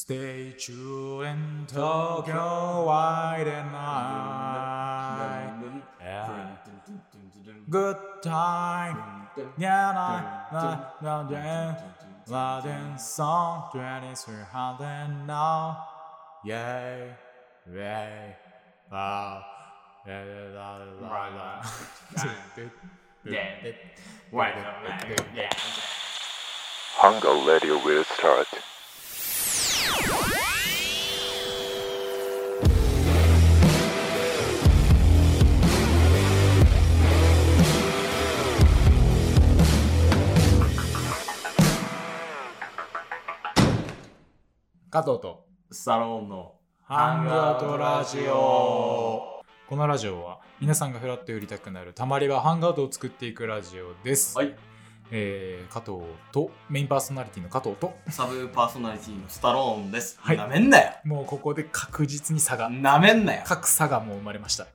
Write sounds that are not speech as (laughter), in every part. Stay tuned in Tokyo wide and high. Yeah. Good time. Yeah, nah, nah, nah, yeah. Latin song 2300 now. Yay. Yay. Wow. Yeah, yeah, la, la, la, (laughs) la. Yeah. Why not? Yeah. Hunger Radio will start. 加藤とサロンのハングアウトラジオこのラジオは皆さんがフラット寄りたくなるたまり場ハングアウトを作っていくラジオです、はいえー加藤とメインパーソナリティの加藤とサブパーソナリティのスタローンです。はいなめんなよ。もうここで確実に差がなめんなよ。格差がもう生まれました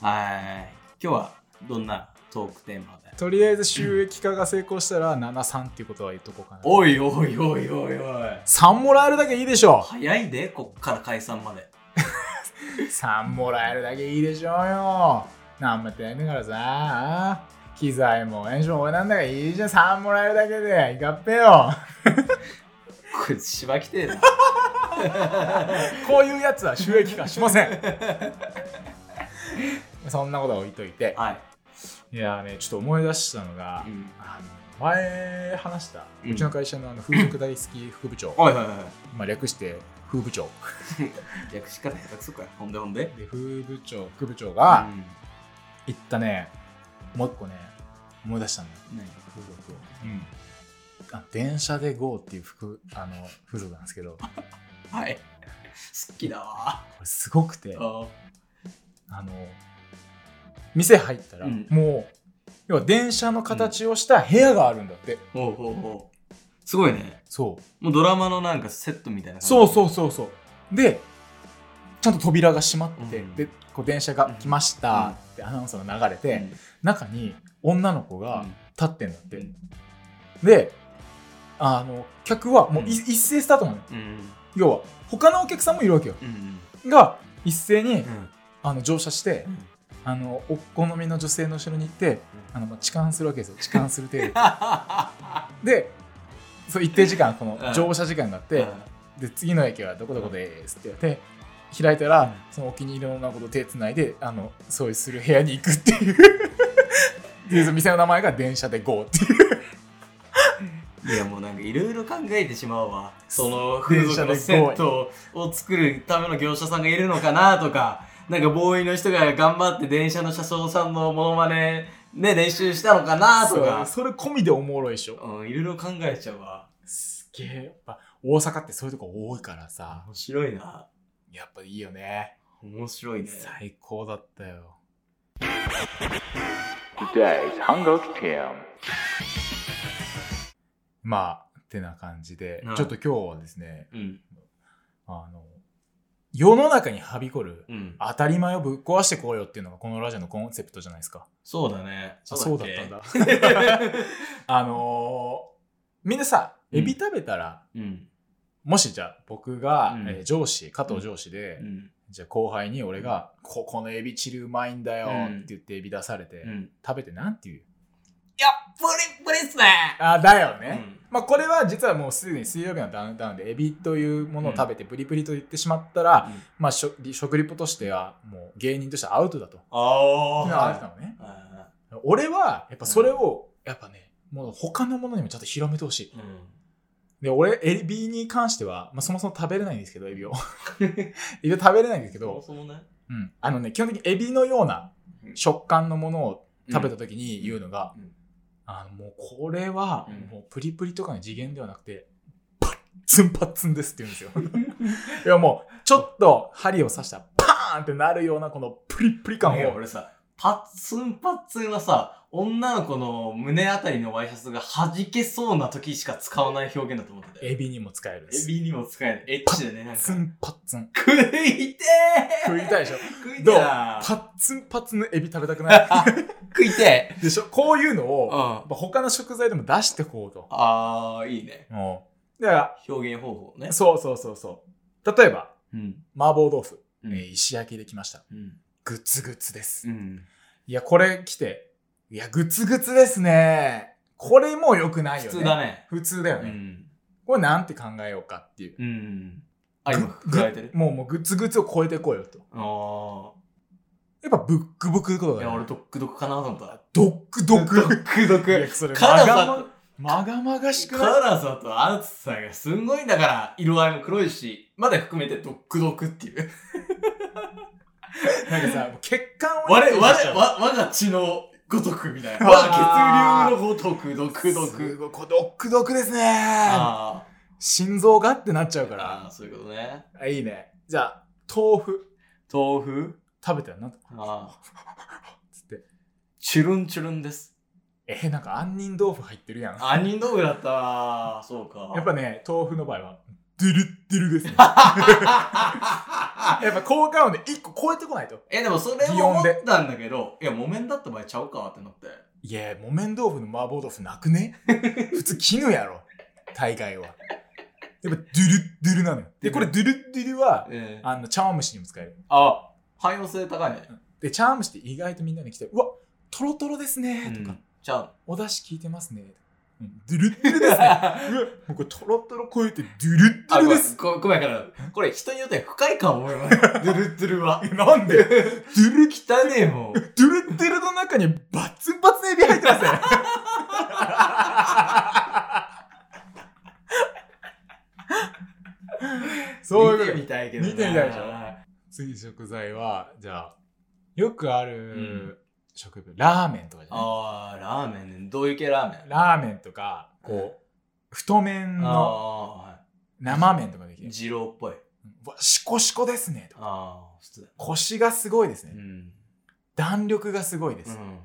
はい。今日はどんなトークテーマでとりあえず収益化が成功したら73っていうことは言っとこうかなおいおいおいおいおい。 3もらえるだけいいでしょ早いで、こっから解散まで。 3もらえるだけいいでしょうよなんもやってないんだからさ機材も炎症も俺なんだからいいじゃん3もらえるだけでいかっぺよこいつ、しばきてえな。こういうやつは収益化しま (laughs) せんそんなことは置いといてはい。いやーねちょっと思い出したのが、うんあの前話したうんうちの会社のあの風俗大好き副部長、はいはいはまあ、略して副部長い。略しから下手くそかよ。ほんでほんで。で副部長副部長がうん言ったね、もう一個ね思い出したんだよ何風俗を、うん、あ電車で GO っていう服あの風俗なんですけどこはい。好きだわ。れすごくてああの店入ったら、うんもう要は電車の形をした部屋があるんだって、ほうほうほう。すごいね。そうもうドラマのなんかセットみたいな感じ。そうそうそうそうでちゃんと扉が閉まってて、うんでこう電車が来ましたうんってアナウンスが流れて、うん。中に女の子うがん立ってんだって、うんであの客はもうい、うん一斉スタートなのようん。要は他のお客さんもいるわけようん。が一斉に、うん。あの乗車して、うんあのお好みの女性の後ろに行って、あのまあ痴漢するわけですよ痴漢する程度でそう一定時間このうん乗車時間があって、うんで次の駅はどこどこですって言って開いたら、うんそのお気に入りの女の子と手つないであのそういうする部屋に行くって (laughs) いうでその店の名前が電車で GO っていういやもうなんかいろいろ考えてしまうわその風俗のセットを作るための業者さんがいるのかなとかなんかボーイの人が頑張って電車の車掌さんのモノマネね練習したのかなとかそうそれ込みでおもろいでしょうんいろいろ考えちゃうわすげえやっぱ大阪ってそういうとこ多いからさ面白いなやっぱいいよね面白いね最高だったよ Today's Hunger Team. まあってな感じで、うんちょっと今日はですねうんあの世の中にはびこるうん当たり前をぶっ壊してこうよっていうのがこのラジオのコンセプトじゃないですかそうだねあそうだったんっだ (laughs) けあのーみんなさうんエビ食べたら、うんもしじゃあ僕が、うんえー上司加藤上司で、うんじゃあ後輩に俺が「ここのエビチリうまいんだよ」って言ってエビ出されて、うん食べてなんて言ういやプリプリっすねあだようね、んまあこれは実はもうすでに水曜日のダウンタウンでエビというものを食べてプリプリと言ってしまったら、うんまあ食食リポとしてはもう芸人としてはアウトだとあああれたのね、は俺はやっぱそれを、やっぱねもう他のものにもちゃんと広めてほしいいうんで俺エビに関しては、まあ、そもそも食べれないんですけどエビ (laughs) を (laughs) エビを食べれないんですけそもど、そもねうん、あのね基本的にエビのような食感のものを食べた時に言うのが、うんうんあのもうこれはうんもうプリプリとかの次元ではなくてパッツンパッツンですって言うんですよ (laughs) いやもうちょっと針を刺したらパーンってなるようなこのプリプリ感いやを俺さパッツンパッツンはさ女の子の胸あたりのワイシャツが弾けそうな時しか使わない表現だと思ってたよエビにも使えるんでエすビにも使えないエッチだねなんかツ食ンパッツンいてー食いたいで (laughs) しょ食いてどうーパなッツンパッツンのエビ食べたくない (laughs) 食いてでしょこういうのーを、やあっぱ他の食材でも出してこうと。あーいいねうん。だか表現方法ねら、そうそうそうそう。例えば、うん。麻婆豆腐、うんえー石焼きできました。うん。グツグツです。うん。いや、これ来て、いや、グツグツですね。これも良くない普よね。通だね。普通だうよね。ん。これなんて考えようかっていう。うん。あ、今、ぐ加えてるぐもう、もう、グツグツを超えてこうよと。あやっぱ、ブックブックことあ。いだよ、や、俺、ね。ドックドクかなと思った。ドックドク。クドいやそれ、ま辛がまさ、まがまがしくない辛さと暑さがすんごいんだから、色合いも黒いし、まで含めてドックドクっていう。なんかさ、もう血管を我、イメ我、ージしちゃう我、我が血のごとくみたいな。我が血流のごとく、ドクドすク。ごい、こうドックドクですね。あー心臓がってなっちゃうからあー、。そういうことね。あいいね。じゃあ、豆腐豆腐食べたらなんとかああ。つって。チュルンチュルンです。えー、なんか杏仁豆腐入ってるやん。あ、人豆腐だったわ。そうか。 (laughs) やっぱね、豆腐の場合は、ドゥルッドゥルですね。ぱ。やっぱ効果音で一個超えてこないと。え、でもそれ擬も音思でったんだけど、いや、木綿だった場合ちゃうかってなって。いや、木綿豆腐の麻婆豆腐なく (laughs) ね普通絹やろ。大概は。やっぱドゥルッドゥルなのよ。で、これドゥルッドゥルは、ええあの、茶碗蒸しにも使える。あ、汎用性高いね。で、茶碗蒸しって意外とみんなに来て、うわ、トロトロですねとか、ちゃう。お出汁効いてますね。うんドゥルッドゥル (laughs) ですね。うわ、もうこれトロトロ超えてドゥルッドゥあ、ルごでめすん、。ごごめんから、これ人によっては不快感を思います。ドゥルドゥルは。なんでドゥル汚ねえもん。ドゥルドゥルの中にバツバツエビ入って (laughs) ますね。そういうこ見てとみたいけどな見てみたいでしょは次食材は、じゃあ、よくあうるん食分、ラーメンとかじゃないあー、ラーメンね。どういう系ラーメンラーメンとか、こう、太麺のあ生麺とかできー、る。二郎っぽい。うわシコシコですね。とかあー、普通だ。コシがすごいですね。ん。弾力がすごいです。うん。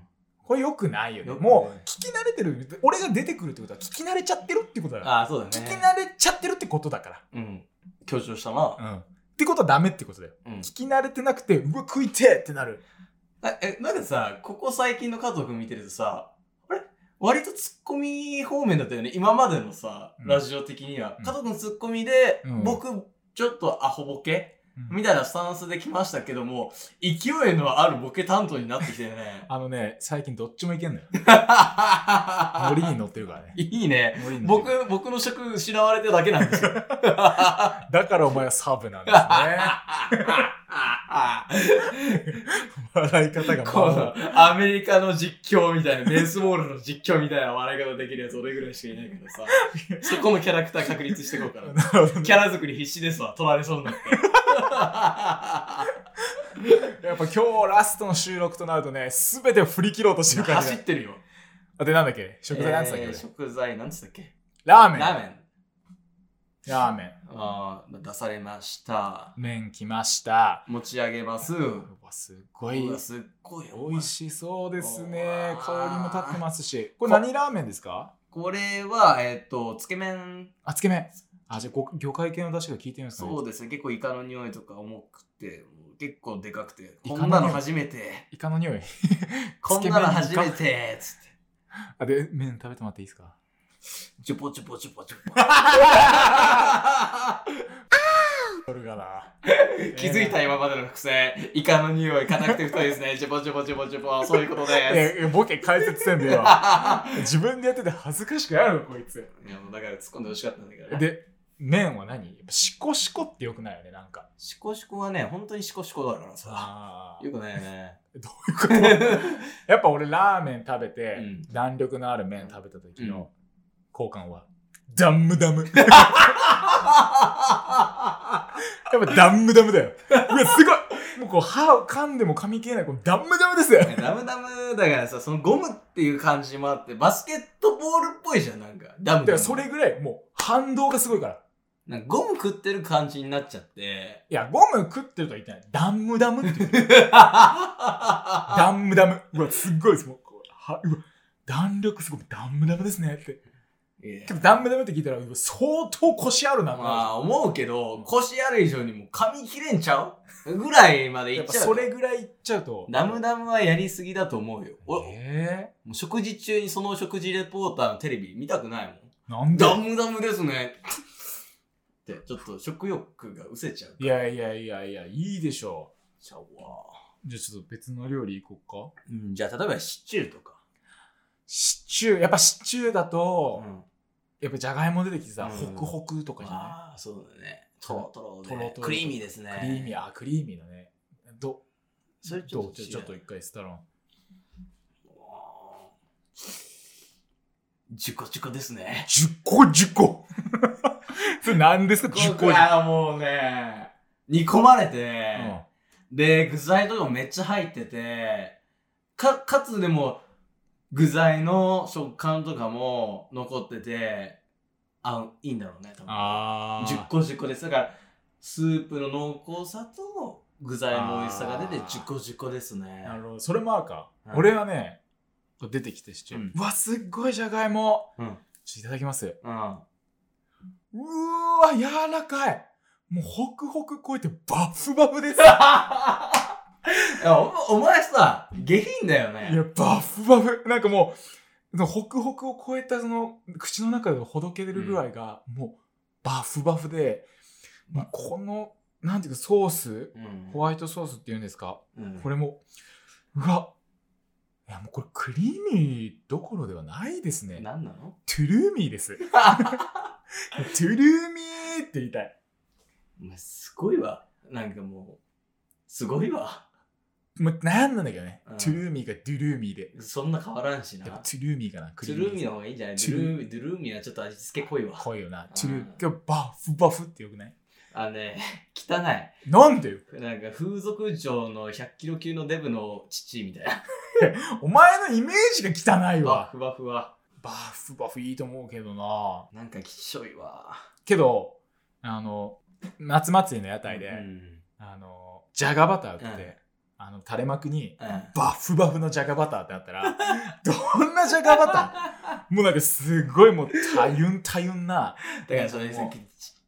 これよくないよね。良くないもう聞き慣れてる。俺が出てくるってことは聞き慣れちゃってるってことだから。あー、そうだね。聞き慣れちゃってるってことだかうん。強調したな。ら。うん。ってことはダメってことだよ。うん。聞き慣れてなくて、うわ、食いてえってなる。なえ、なんかさ、ここ最近の家族見てるとさ、あれ割とツッコミ方面だったよね。今までのさ、うんラジオ的には。うん家族のツッコミで、うん僕、ちょっとアホボケみみ。たいなスタンスで来ましたけども、勢いのあるボケ担当になってきてねあのね、最近どっちもいけんのよ。ノリ森に乗ってるからね。 (laughs) いいね。ノリに乗ってる僕、僕の職失われてるだけなんで (laughs) すよ。 (laughs) だからお前はサブなんですね。笑い方がこ魔法のアメリカの実況みたいな、ベースボールの実況みたいな笑い方できるやつ俺ぐらいしかいない (laughs) からさ、そこのキャラクター確立していこうかな。なるほどね (laughs) キャラ作り必死ですわ、取られそうになって。やっぱ今日ラストの収録となるとね、すべてを振り切ろうとしてる感じ走だっ。てるよ。あで、なんだっけ食材なんつったっけ、えー食材なんつったっけラーメン。ラーメン。ラーメン。あー出されました。麺来ました。持ち上げます。ううわ、すごい。わ、すっごい美味しそうですねうわ。香りも立ってますし。これ何ラーメンですかこれは、えっ、と、つけ麺。あ、つけ麺。あ、じゃあご魚介系の出汁が効いてるんですかねそうですね。結構イカの匂いとか重くて、もう結構でかくて、イカこの匂いんなの初めて。イカの匂い。 (laughs) こんなの初めてつって。あ、で、麺食べてもらっていいですかチュポチュポチュポチュポ。それかな。 (laughs) 気づいた今までの伏線。イカの匂い、硬くて太いですね。チュポチュポチュポチュポ。そういうことです。え、ボケ解説せんで (laughs) いよ。や、自分でやってて恥ずかしくないの、こいつ。もうだから突っ込んでほしかったんだけどね。で、麺は何やっぱシコシコってよくないよね、なんか。シコシコはね、本当にシコシコだからさ。あよくないよね。ーどういうことやっぱ俺ラーメン食べて、うん弾力のある麺食べた時うんの好感は、ダンムダム。やっぱダンムダムだよ。うわ、すごいもうこう、歯を噛んでも噛み切れない、このダンムダムですよ。 (laughs) ダムダムだからさ、そのゴムっていう感じもあって、バスケットボールっぽいじゃん、なんか。ダだかムダム。らそれぐらい、もう反動がすごいから。なんかゴム食ってる感じになっちゃ (laughs) って。いや、ゴム食ってるとは言ってない。ダンムダムって言う。ダンムダム。うわ、すっごいです。もう、こうはうわ、弾力すごい。ダンムダムですねって。いやけど、ダンムダムって聞いたら、うわ相当腰あるなってまあ思うけど、腰ある以上にもう噛み切れんちゃうぐらいまでいやっっぱちゃう。それぐらいいっちゃうと。ダムダムはやりすぎだと思うよ。おもえう食事中にその食事レポーターのテレビ見たくないもー、なんん。でダムダムですね。ってちょっと食欲が失せちゃういやいやいやいや、いいでしょちゃうわう。じゃあちょっと別の料理行こうか。うんじゃあ例えばシチューとかシチュー、やっぱシチューだと、やっぱじゃがいも出てきてさ、うんホクホクとかじゃああそうだねとろとろでとろとろクリーミーですねないクリーミー、あ、クリーミーだね。ど、それちょどっうとち違ょうちょっと一回スタロン。ジュコジュコですね。 10個10個 (laughs) それ何ですかジ ?10 ュ個コ10個。あもうね、煮込まれて、うんで、具材とかもめっちゃ入ってて、か、かつでも、具材の食感とかも残ってて、あ、いいんだろうね、多分。あー10個10個です。だから、スープの濃厚さと具材の美味しさが出てあー10個10個ですね。なるほど。それもあるか。うん俺はね、こう出てきてシチュー。うんうわ、すっごいじゃがいも。うんちょっといただきます。うん。う (laughs) ーわ、柔らかい。もうホクホク超えてバフバフです。いやおお前さ、下品だよね。いや、バフバフ。なんかもう、ホクホクを超えたその、口の中でほどけてる具合が、もう、バフバフで、もうこの、なんていうか、ソース、うんホワイトソースっていうんですか、うんこれも、うわ、いや、もうこれクリーミーどころではないですね。何なの (laughs) トゥルーミーです。トゥルーミーって言いたい。お前すごいわ。なんかもう、すごいわ。もう悩んだんだけどね。うんトゥルーミーかドゥルーミーで。そんな変わらんしな。やっぱトトゥルーミーかな。ゥルーミーの方がいいんじゃないドトゥゥルルードゥルーミーはちょっと味付け濃いわ。濃いよな。トゥルうんー。今日バフバフってよくないあのね、汚い。なんでよ。なんか風俗嬢の100キロ級のデブの父みたいな。お前のイメージが汚いふわわ。ふわふわ。バフバフいいと思うけどな。なんかきっしょいわ。けど、あの、夏祭りの屋台で、うん。あの、じゃがバター売ってて、うんあの、垂れ幕に、うん。バフバフのじゃがバターってあった (laughs) ら、どんなじゃがバターもうなんかすごいもう多윤多윤나。 だからそれもう、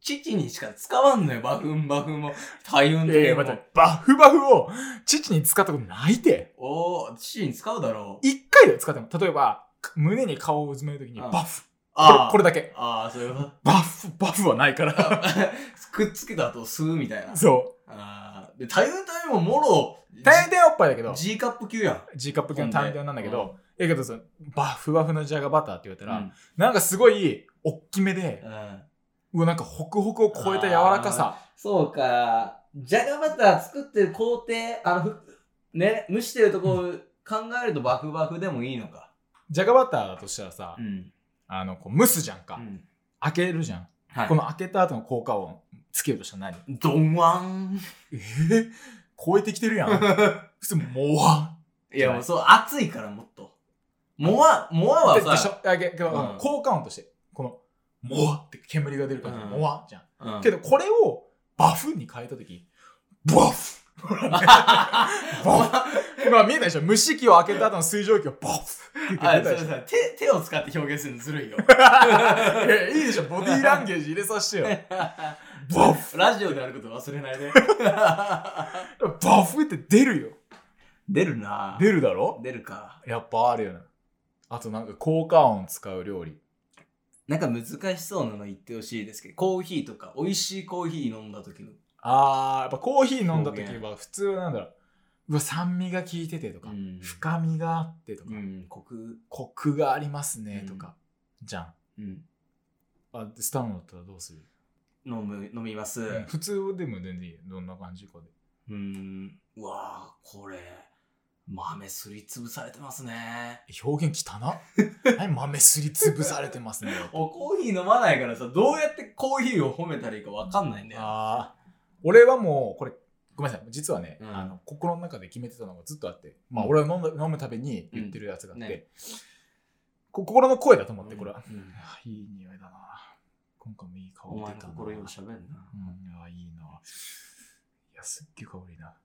ち父にしか使わんのよ。バフンバフンも。大運ええ、待って、バフバフを父に使ったことないて。おお、父に使うだろう。一回で使っても、例えば、胸に顔をうずめるときに、うんバフ。こあれあ、これだけ。ああ、それは。バフ、バフはないから。 (laughs) くっつけた後吸うみたいな。そあーで、大運体ももろ、う。大体おっぱいだけど、 G カップ級やん。 G カップ系の単体なんだけど、ええけどさ、バフバフのジャガバターって言われたうら、ん。なんかすごい、おっきめでう、んうわ、なんかホクホクを超えた柔らかさ。そうか。じゃがバター作ってる工程、あの、ふね、蒸してるとこ考えるとバフバフでもいいのか。ジャガバターだとしたらさ、ん。あの、こう蒸すじゃんか。うん開けるじゃん。はい。この開けた後の効果音、つけるとしたら何ドンワン。えー、超えてきてるやん。 (laughs) 普通、もわ。いや、もうそう、熱いからもっと。モア、モアでではしさ、ょあけけど、うん効果音として、この、もわって煙が出る感じ、うんもわじゃん。うんけど、これをバフに変えたとき、バフ (laughs) バフ今見えたでしょ蒸し器を開けた後の水蒸気をバフってあ出たそうでしょそう手手を使って表現するの (laughs) ずるいよ。いやいいでしょボディーランゲージ入れさせてよ。バフラジオであること忘れないで。バフって出るよ。出るな出るだろ出るか。やっぱあるよな。あとなんか効果音使う料理。なんか難しそうなの言ってほしいですけど、コーヒーとか、美味しいコーヒー飲んだ時の。あー、やっぱコーヒー飲んだ時表は普通はなんだろう。うわ、酸味が効いててとか、ん深みがあってとか、うん、コク。コクがありますねとか、じゃん。うん。あ、スタンドだったらどうする、飲む、飲みます。うん普通でも全然いいよ。どんな感じかで。うん。うわぁ、これ、豆すりつぶされてますね。表現汚っ (laughs) はい豆すりつぶされてますね。おコーヒー飲まないからさ、どうやってコーヒーを褒めたらいいかわかんないんだよ。あー俺はもうこれごめんなさい実はね、うんあの心の中で決めてたのがずっとあって、まあ、俺は飲む飲むたびに言ってるやつがあって、うんねこ心の声だと思ってこれは、うんあいい匂いだな今回もいい香おり前出のたな心よう喋んな。うん、いやいいないやすっげえ香りな、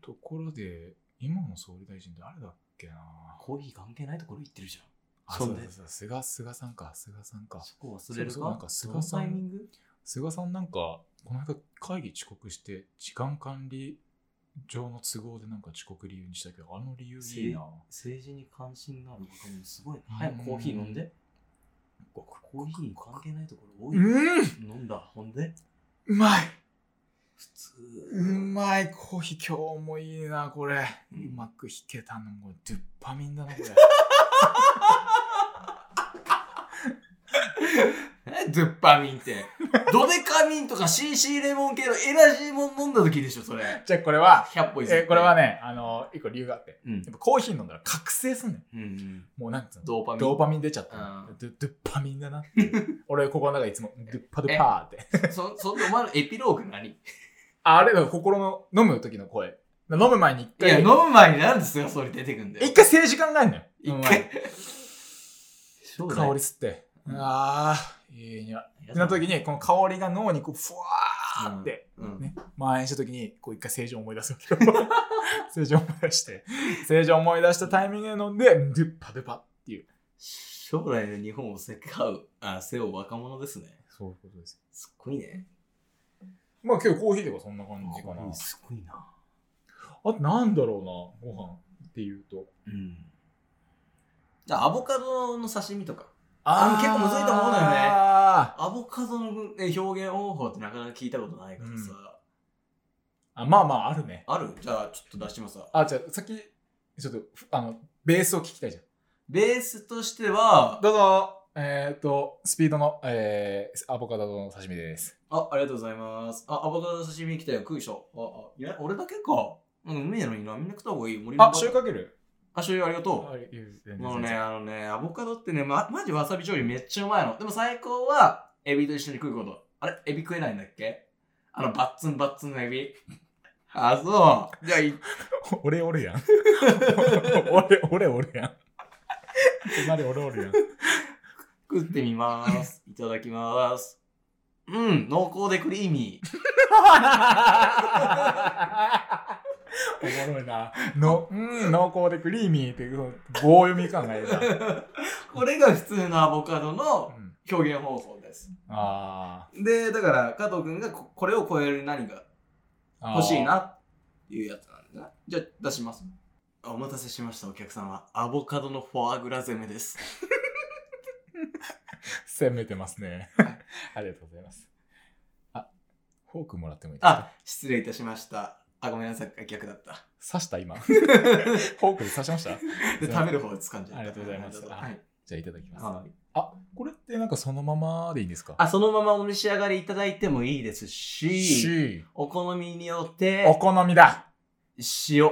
ところで今の総理大臣誰だっけなコーヒー関係ないところ行ってるじゃん。あそそううねだそうだ菅菅さんか菅さんかそこ忘れるかそうそうなんか菅さんどのタイミング菅さんなんかこの間会議遅刻して時間管理上の都合でなんか遅刻理由にしたけどあの理由いいな政治に関心のある若者すごいな。早くコーヒー飲んで。コーヒーに関係ないところ多い。ん飲んだ。ほんでうまい普通。うまいコーヒー今日もいいなこれううんまく弾けたのもドゥッパミンだなこれえドゥッパミンって。ドデカミンとか CC レモン系のエナジーもん飲んだ時でしょ、それ。 (laughs) じゃあこれは100歩譲ってえこれは。ねあの一個理由があってうんやっ。ぱコーヒー飲んだら覚醒すんねんうんうん。もうなんつうのドーパミン。ドーパミン出ちゃったのうんドゥドゥッパミンだなっていう俺ここの中でいつもドゥッパドゥッパーってそ、そんでお前のエピローグ何いああれだ心の飲む時の声飲む前に一や、回飲む前になんですよ、それ出てくんだよ一。回政治考えんのよ一飲む前に回。そうだ香より吸ってうんあーいい匂いその時にこの香りが脳にこうふわーってうんね蔓延した時にこう一回正常を思い出すわけ (laughs) よ正常を思い出して正常を思い出したタイミングで飲んでドゥッパドゥパっていう将来の日本を背負う、あ、背負う若者ですね。そういうことですすっごいね。まあ今日コーヒーとかそんな感じかなすごいな。あとなんだろうなご飯っていうとうん。じゃあ、アボカドの刺身とか。あー結構むずいと思うんだよねあアボカドのね表現方法ってなかなか聞いたことないからさ。ーあまあまああるねあるじゃあ、ちょっと出してますわ。あじゃあ先ちょっとふあのベースを聞きたいじゃんベースとしては、どうぞえっ、とスピードの、えーアボカドの刺身ですあ、ありがとうございます。あ、アボカドの刺身来たよ。食うでしょ。あ、あ、いや、俺だけか。うん、うめえのにな。みんな食った方がいい。森のあバカ醤油かけるあ、醤油ありがとう。あいいよ全然もう全ね、然あのね、アボカドってね、ま、マジわさび醤油めっちゃうまいの。でも最高は、エビと一緒に食うこと。あれエビ食えないんだっけあの、バッツンバッツンのエビ。あ、そう。じゃあ、い (laughs) 俺俺やん (laughs) 俺俺俺やん隣俺俺やん食ってみまーす。いただきまーす。うん、濃厚でクリーミー。おもろいなの、うん、濃厚でクリーミーっていうその棒読み感がいいな、うん、 (laughs) これが普通のアボカドの表現方法です。あで、だから、加藤くんがここれを超える何かーあー欲しいなっていうやつなんだな。じゃあ、出します。お待たせしました、お客様。アボカドのフォアグラ攻めです。攻めてますねありがとうございますあフォークもらってもいいですかあ、失礼いたしました。あ、ごめんなさい、逆だ (laughs) った。刺した今フでォークで刺しました食べる方で掴んじゃった。ありがとうございますはい。じゃあいただきますはいあこれってなんかそのままでいいんですかあ、そのままお召し上がりいただいてもいいですし、 C お好みによってお好みだ塩。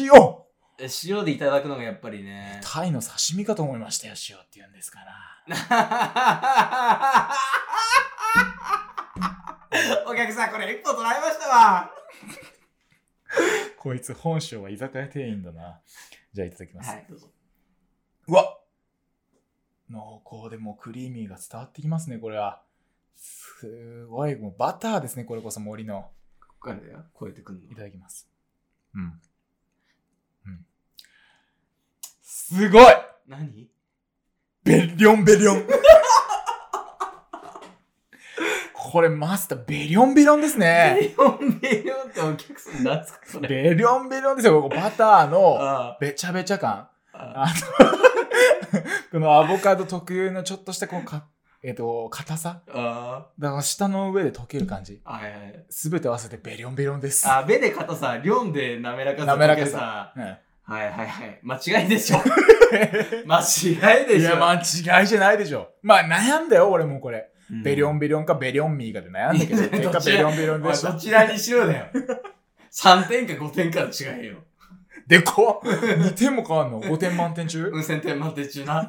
塩塩でいただくのがやっぱり (laughs) ね。タイの刺身かと思いましたよ塩って言うんですからお客さん、これ一歩捉えましたわ。こいつ本性は居酒屋店員だなじゃあいただきます、はい、どうぞ。うわ濃厚でもうクリーミーが伝わってきますねこれはすごいもうバターですねこれこそ森のここからだよ。超えてくんのい。ただきますうんうんすごい何ベリョンベリョンこれマスターベリョンベリョンですねビヨンビヨンってお客さん、懐かしい。ベリョンベリョンですよここバターのあべちゃべちゃ感ああああのこのアボカド特有のちょっとしたこうかえっ、と硬さあだから舌の上で溶ける感じあはいはい。すべて合わせてベリョンベリョンですあ、べで硬さ、りょんで滑らかさ。滑らかさ溶けさ。うんはいはいはい。間違いでし (laughs) ょ。間違いでいしょ。や間違いじゃないでしょまあ悩んだよ俺もこれ、うんベリョンベリョンかベリョンミーかで悩んだけどいや結ど果っちベリョンベリョンおでいしたどちらにしろだよ。3点か5点かの違いよ。でこっ2点も変わんの5点満点中うん、1000点満点中な。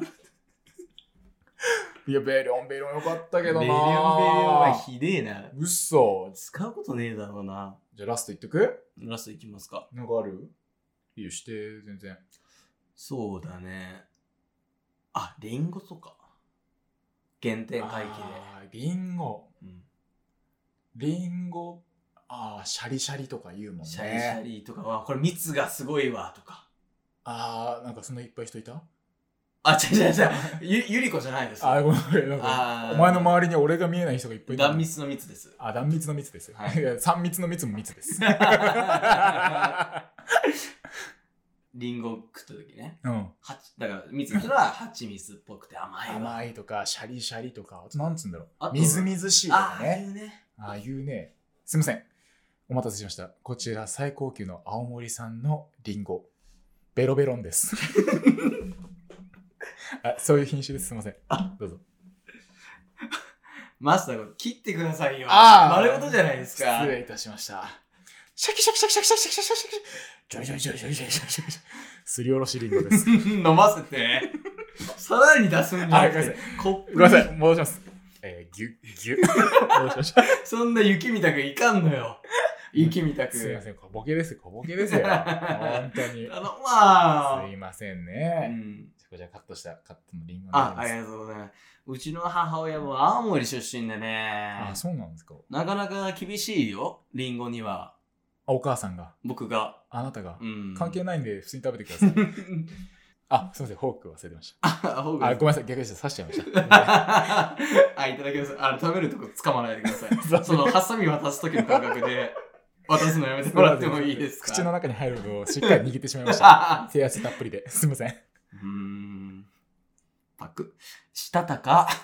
いやベリョンベリョンよかったけベリどョなンベリョンはひでえな。うっそ使うことねえだろうな。じゃあラストいっとくラストいきますか。なんかあるいいよして全然そうだね。あ、リンゴとか。原点回帰で。あーリンゴうんリンゴああシャリシャリとか言うもんねシャリシャリとかは、これ蜜がすごいわ、とか。ああなんかそんないっぱい人いたあ、違う違う違う。ゆ、ゆりこじゃないです。あーごめんなんかあーお前の周りに俺が見えない人がいっぱいいた断密の蜜です。あ断密の密ですよ、はいいや、三密の密も密です (laughs) リンゴ食った時ね。うんはちだから蜜って (laughs) のは蜂蜜っぽくて甘いわ。甘いとかシャリシャリとかあとなんつうんだろあうとみずみずしいとあかあいねうね。ああ、言うね。すいません。お待たせしました。こちら最高級の青森産のリンゴ。ベロベロンです。あそういう品種です。すいません。どうぞ。マスターこれ切ってくださいよ。あー丸ごとじゃないですか失。礼いたしました。シャキシャキシャキシャキシャキシャキシャキシャキジョリジョリジョリジョリジョリジョリジョリすりおろしリンゴです。 (laughs) 飲ませ (laughs) て。さらに出すんじゃなあごくめんてな、コップにごめんなさい、戻します。えー、ぎゅ、ぎゅ。戻しました。そんな雪みたくいかんのよ。雪みた (laughs) く。すいません、小ボケです、小ボケですよ。本当 (laughs) に。あの、まあすい。ませんうね。んこちらカットしたカットのリンゴになあり、あまりす。がとうございます。うちの母親も青森出身でねあ、、そうなんですか。なかなか厳しいよ、リンゴには。あお母さんが、僕が。あなたがう、ん、関係ないんで普通に食べてくだ (laughs) さい。あ、すいません、フォーク忘れてました。あ、ほうがあ、ごめんなさい、逆でした、刺しちゃいました。 (laughs) あ、いただきます。あの、食べるとこ掴まないでください。そ (laughs) の、ハサミ渡すときの感覚で、渡すのやめてもらってもいいですか口の中に入るのをしっかり握ってしまいました。あ手汗たっぷりで、すいません。うーん。パク。したたか。 (laughs)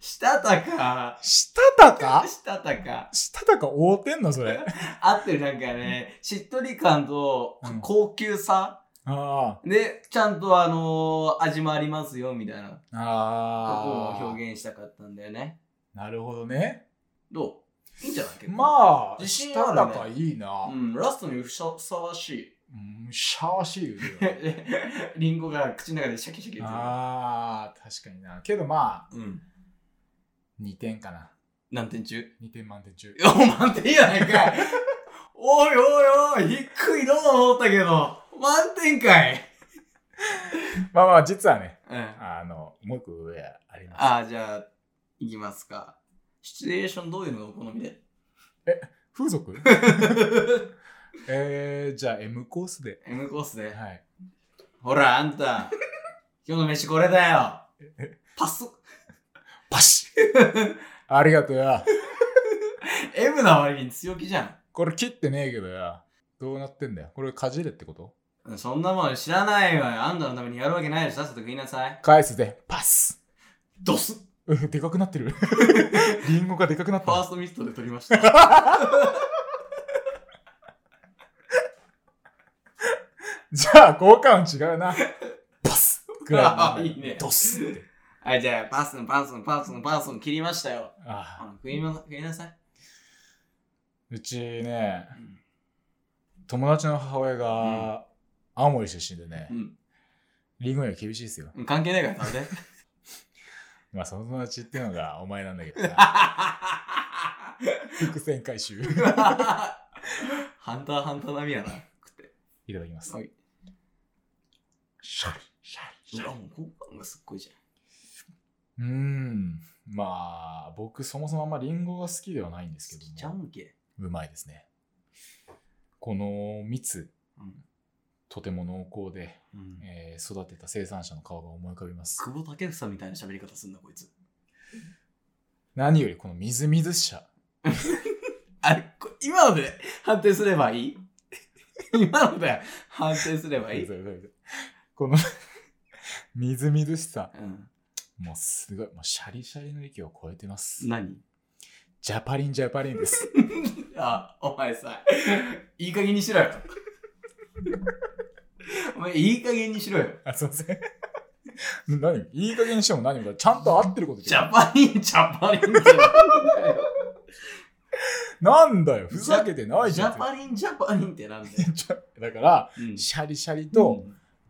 したたか。したたかしたたか。したたか覆ってんのそれ。合ってるなんかね、しっとり感とうん高級さ。あで、ちゃんとあのー味もありますよ、みたいなあ。こあとあ。を表現したかったんだよね。なるほどね。どういいんじゃない結構まあ、自信したあるたねかいいな。うん、ラストにふさふさわしい。 (laughs) うん、シャワシー言うよリンゴが口の中でシャキシャ (laughs) キ言ってああ、確かにな。けどまあ、る。うん。 2点かな。何点中2点満点中。お、満点やないかい。おいおいおい、低いの思ったけど、満点かい。まあまあ、実はね、うん。ああの、もう一個上あります。あ、じゃあ、いきますか。シチュエーションどういうのがお好み (laughs) で風 (laughs) 俗えー、じゃあ M コースで。 ?M コースで。はい。ほら、あんた、今日の飯これだよ。パス。パシ (laughs) ありがとうよ。 M な割に強気じゃん。これ切ってねえけどよ。どうなってんだよ。これかじれってことそんなもん知らないわよ。あんたのためにやるわけないでしょ。さっさと食いなさい。返すぜ。パスドスうんでかくな (laughs) ってる。リンゴがでかくなっファーた。ストミストで取りま (laughs) した。じゃあ、効果音違う (laughs) な。パスぐらいの。いいねドスって。はい、じゃあ、パスン、パスン、パスン、パスン切りましたよ。あああの食いま、食いなさい。うちね、友達の母親が青森出身でね、うん。リンゴには厳しいですよ。うん関係ないから食べて。まあ、その友達っていうのがお前なんだけど (laughs) な。ハ伏線回収。ンターハンター並みやな。食って。いただきます。はいシャリシャリシャうリわ、もう効果音がすっごいじうーん。まあ、僕そもそもあんまリンゴが好きではないんですゃん。好きけちどゃも、うんけ。うまいですね。この蜜、うん。とても濃厚で、うん。えー育てた生産者の顔が思い浮かびます。久保建英みたいな喋り方すんな、こいつ。何よりこのみずみずしさ。あれ、こ今ので判定すればいい今ので判定すればいいこの (laughs) みずみずしさ。うん。もうすごい、もうシャリシャリの域を超えてます。何ジャパリンジャパリンです。 (laughs) あ、お前さ、いい加減にしろよ。お前、いい加減にしろよ。あ、すいません。 (laughs) 何いい加減にしても何もちゃんと合ってることジャゃパニン、ジャパニンってなんだよ。なんだよ、ふざけてないじジゃャん。パニン、ジャパニンってなんだよ。ジャ (laughs) だから、うんシャリシャリと、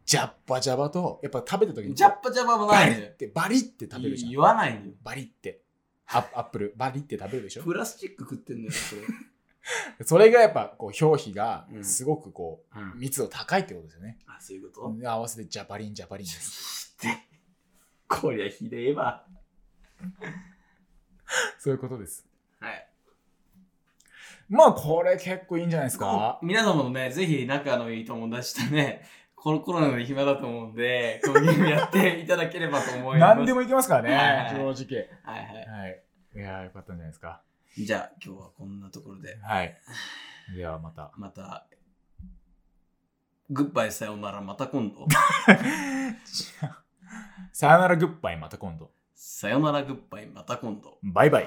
ジャッバジャバと、やっぱ食べた時うんに、ジャッパジャパもバなリいっのよ。て、バリって食べるじゃん言。わないのよ。バリって。アアップル、バリって食べるでしょプラスチック食ってんだよ、それ。それがやっぱこう表皮がうんすごくこう、うん密度高いってことですよね。あ、そういうこと、合わせてジャパリンジャパリンです。こりゃひでえわ。そういうことです。はい。まあこれ結構いいんじゃないですか。皆様もね、ぜひ仲のいい友達とね、このコロナの暇だと思うんで、このゲームやっていただければと思います。何でもいけますからね、はい正直。はいはい。はい。いやー、よかったんじゃないですか。じゃあ今日はこんなところではい。ではまた。またグッバイさようならまた今度さよならグッバイ、また今度。さようならグッバイまた今度バイバイ。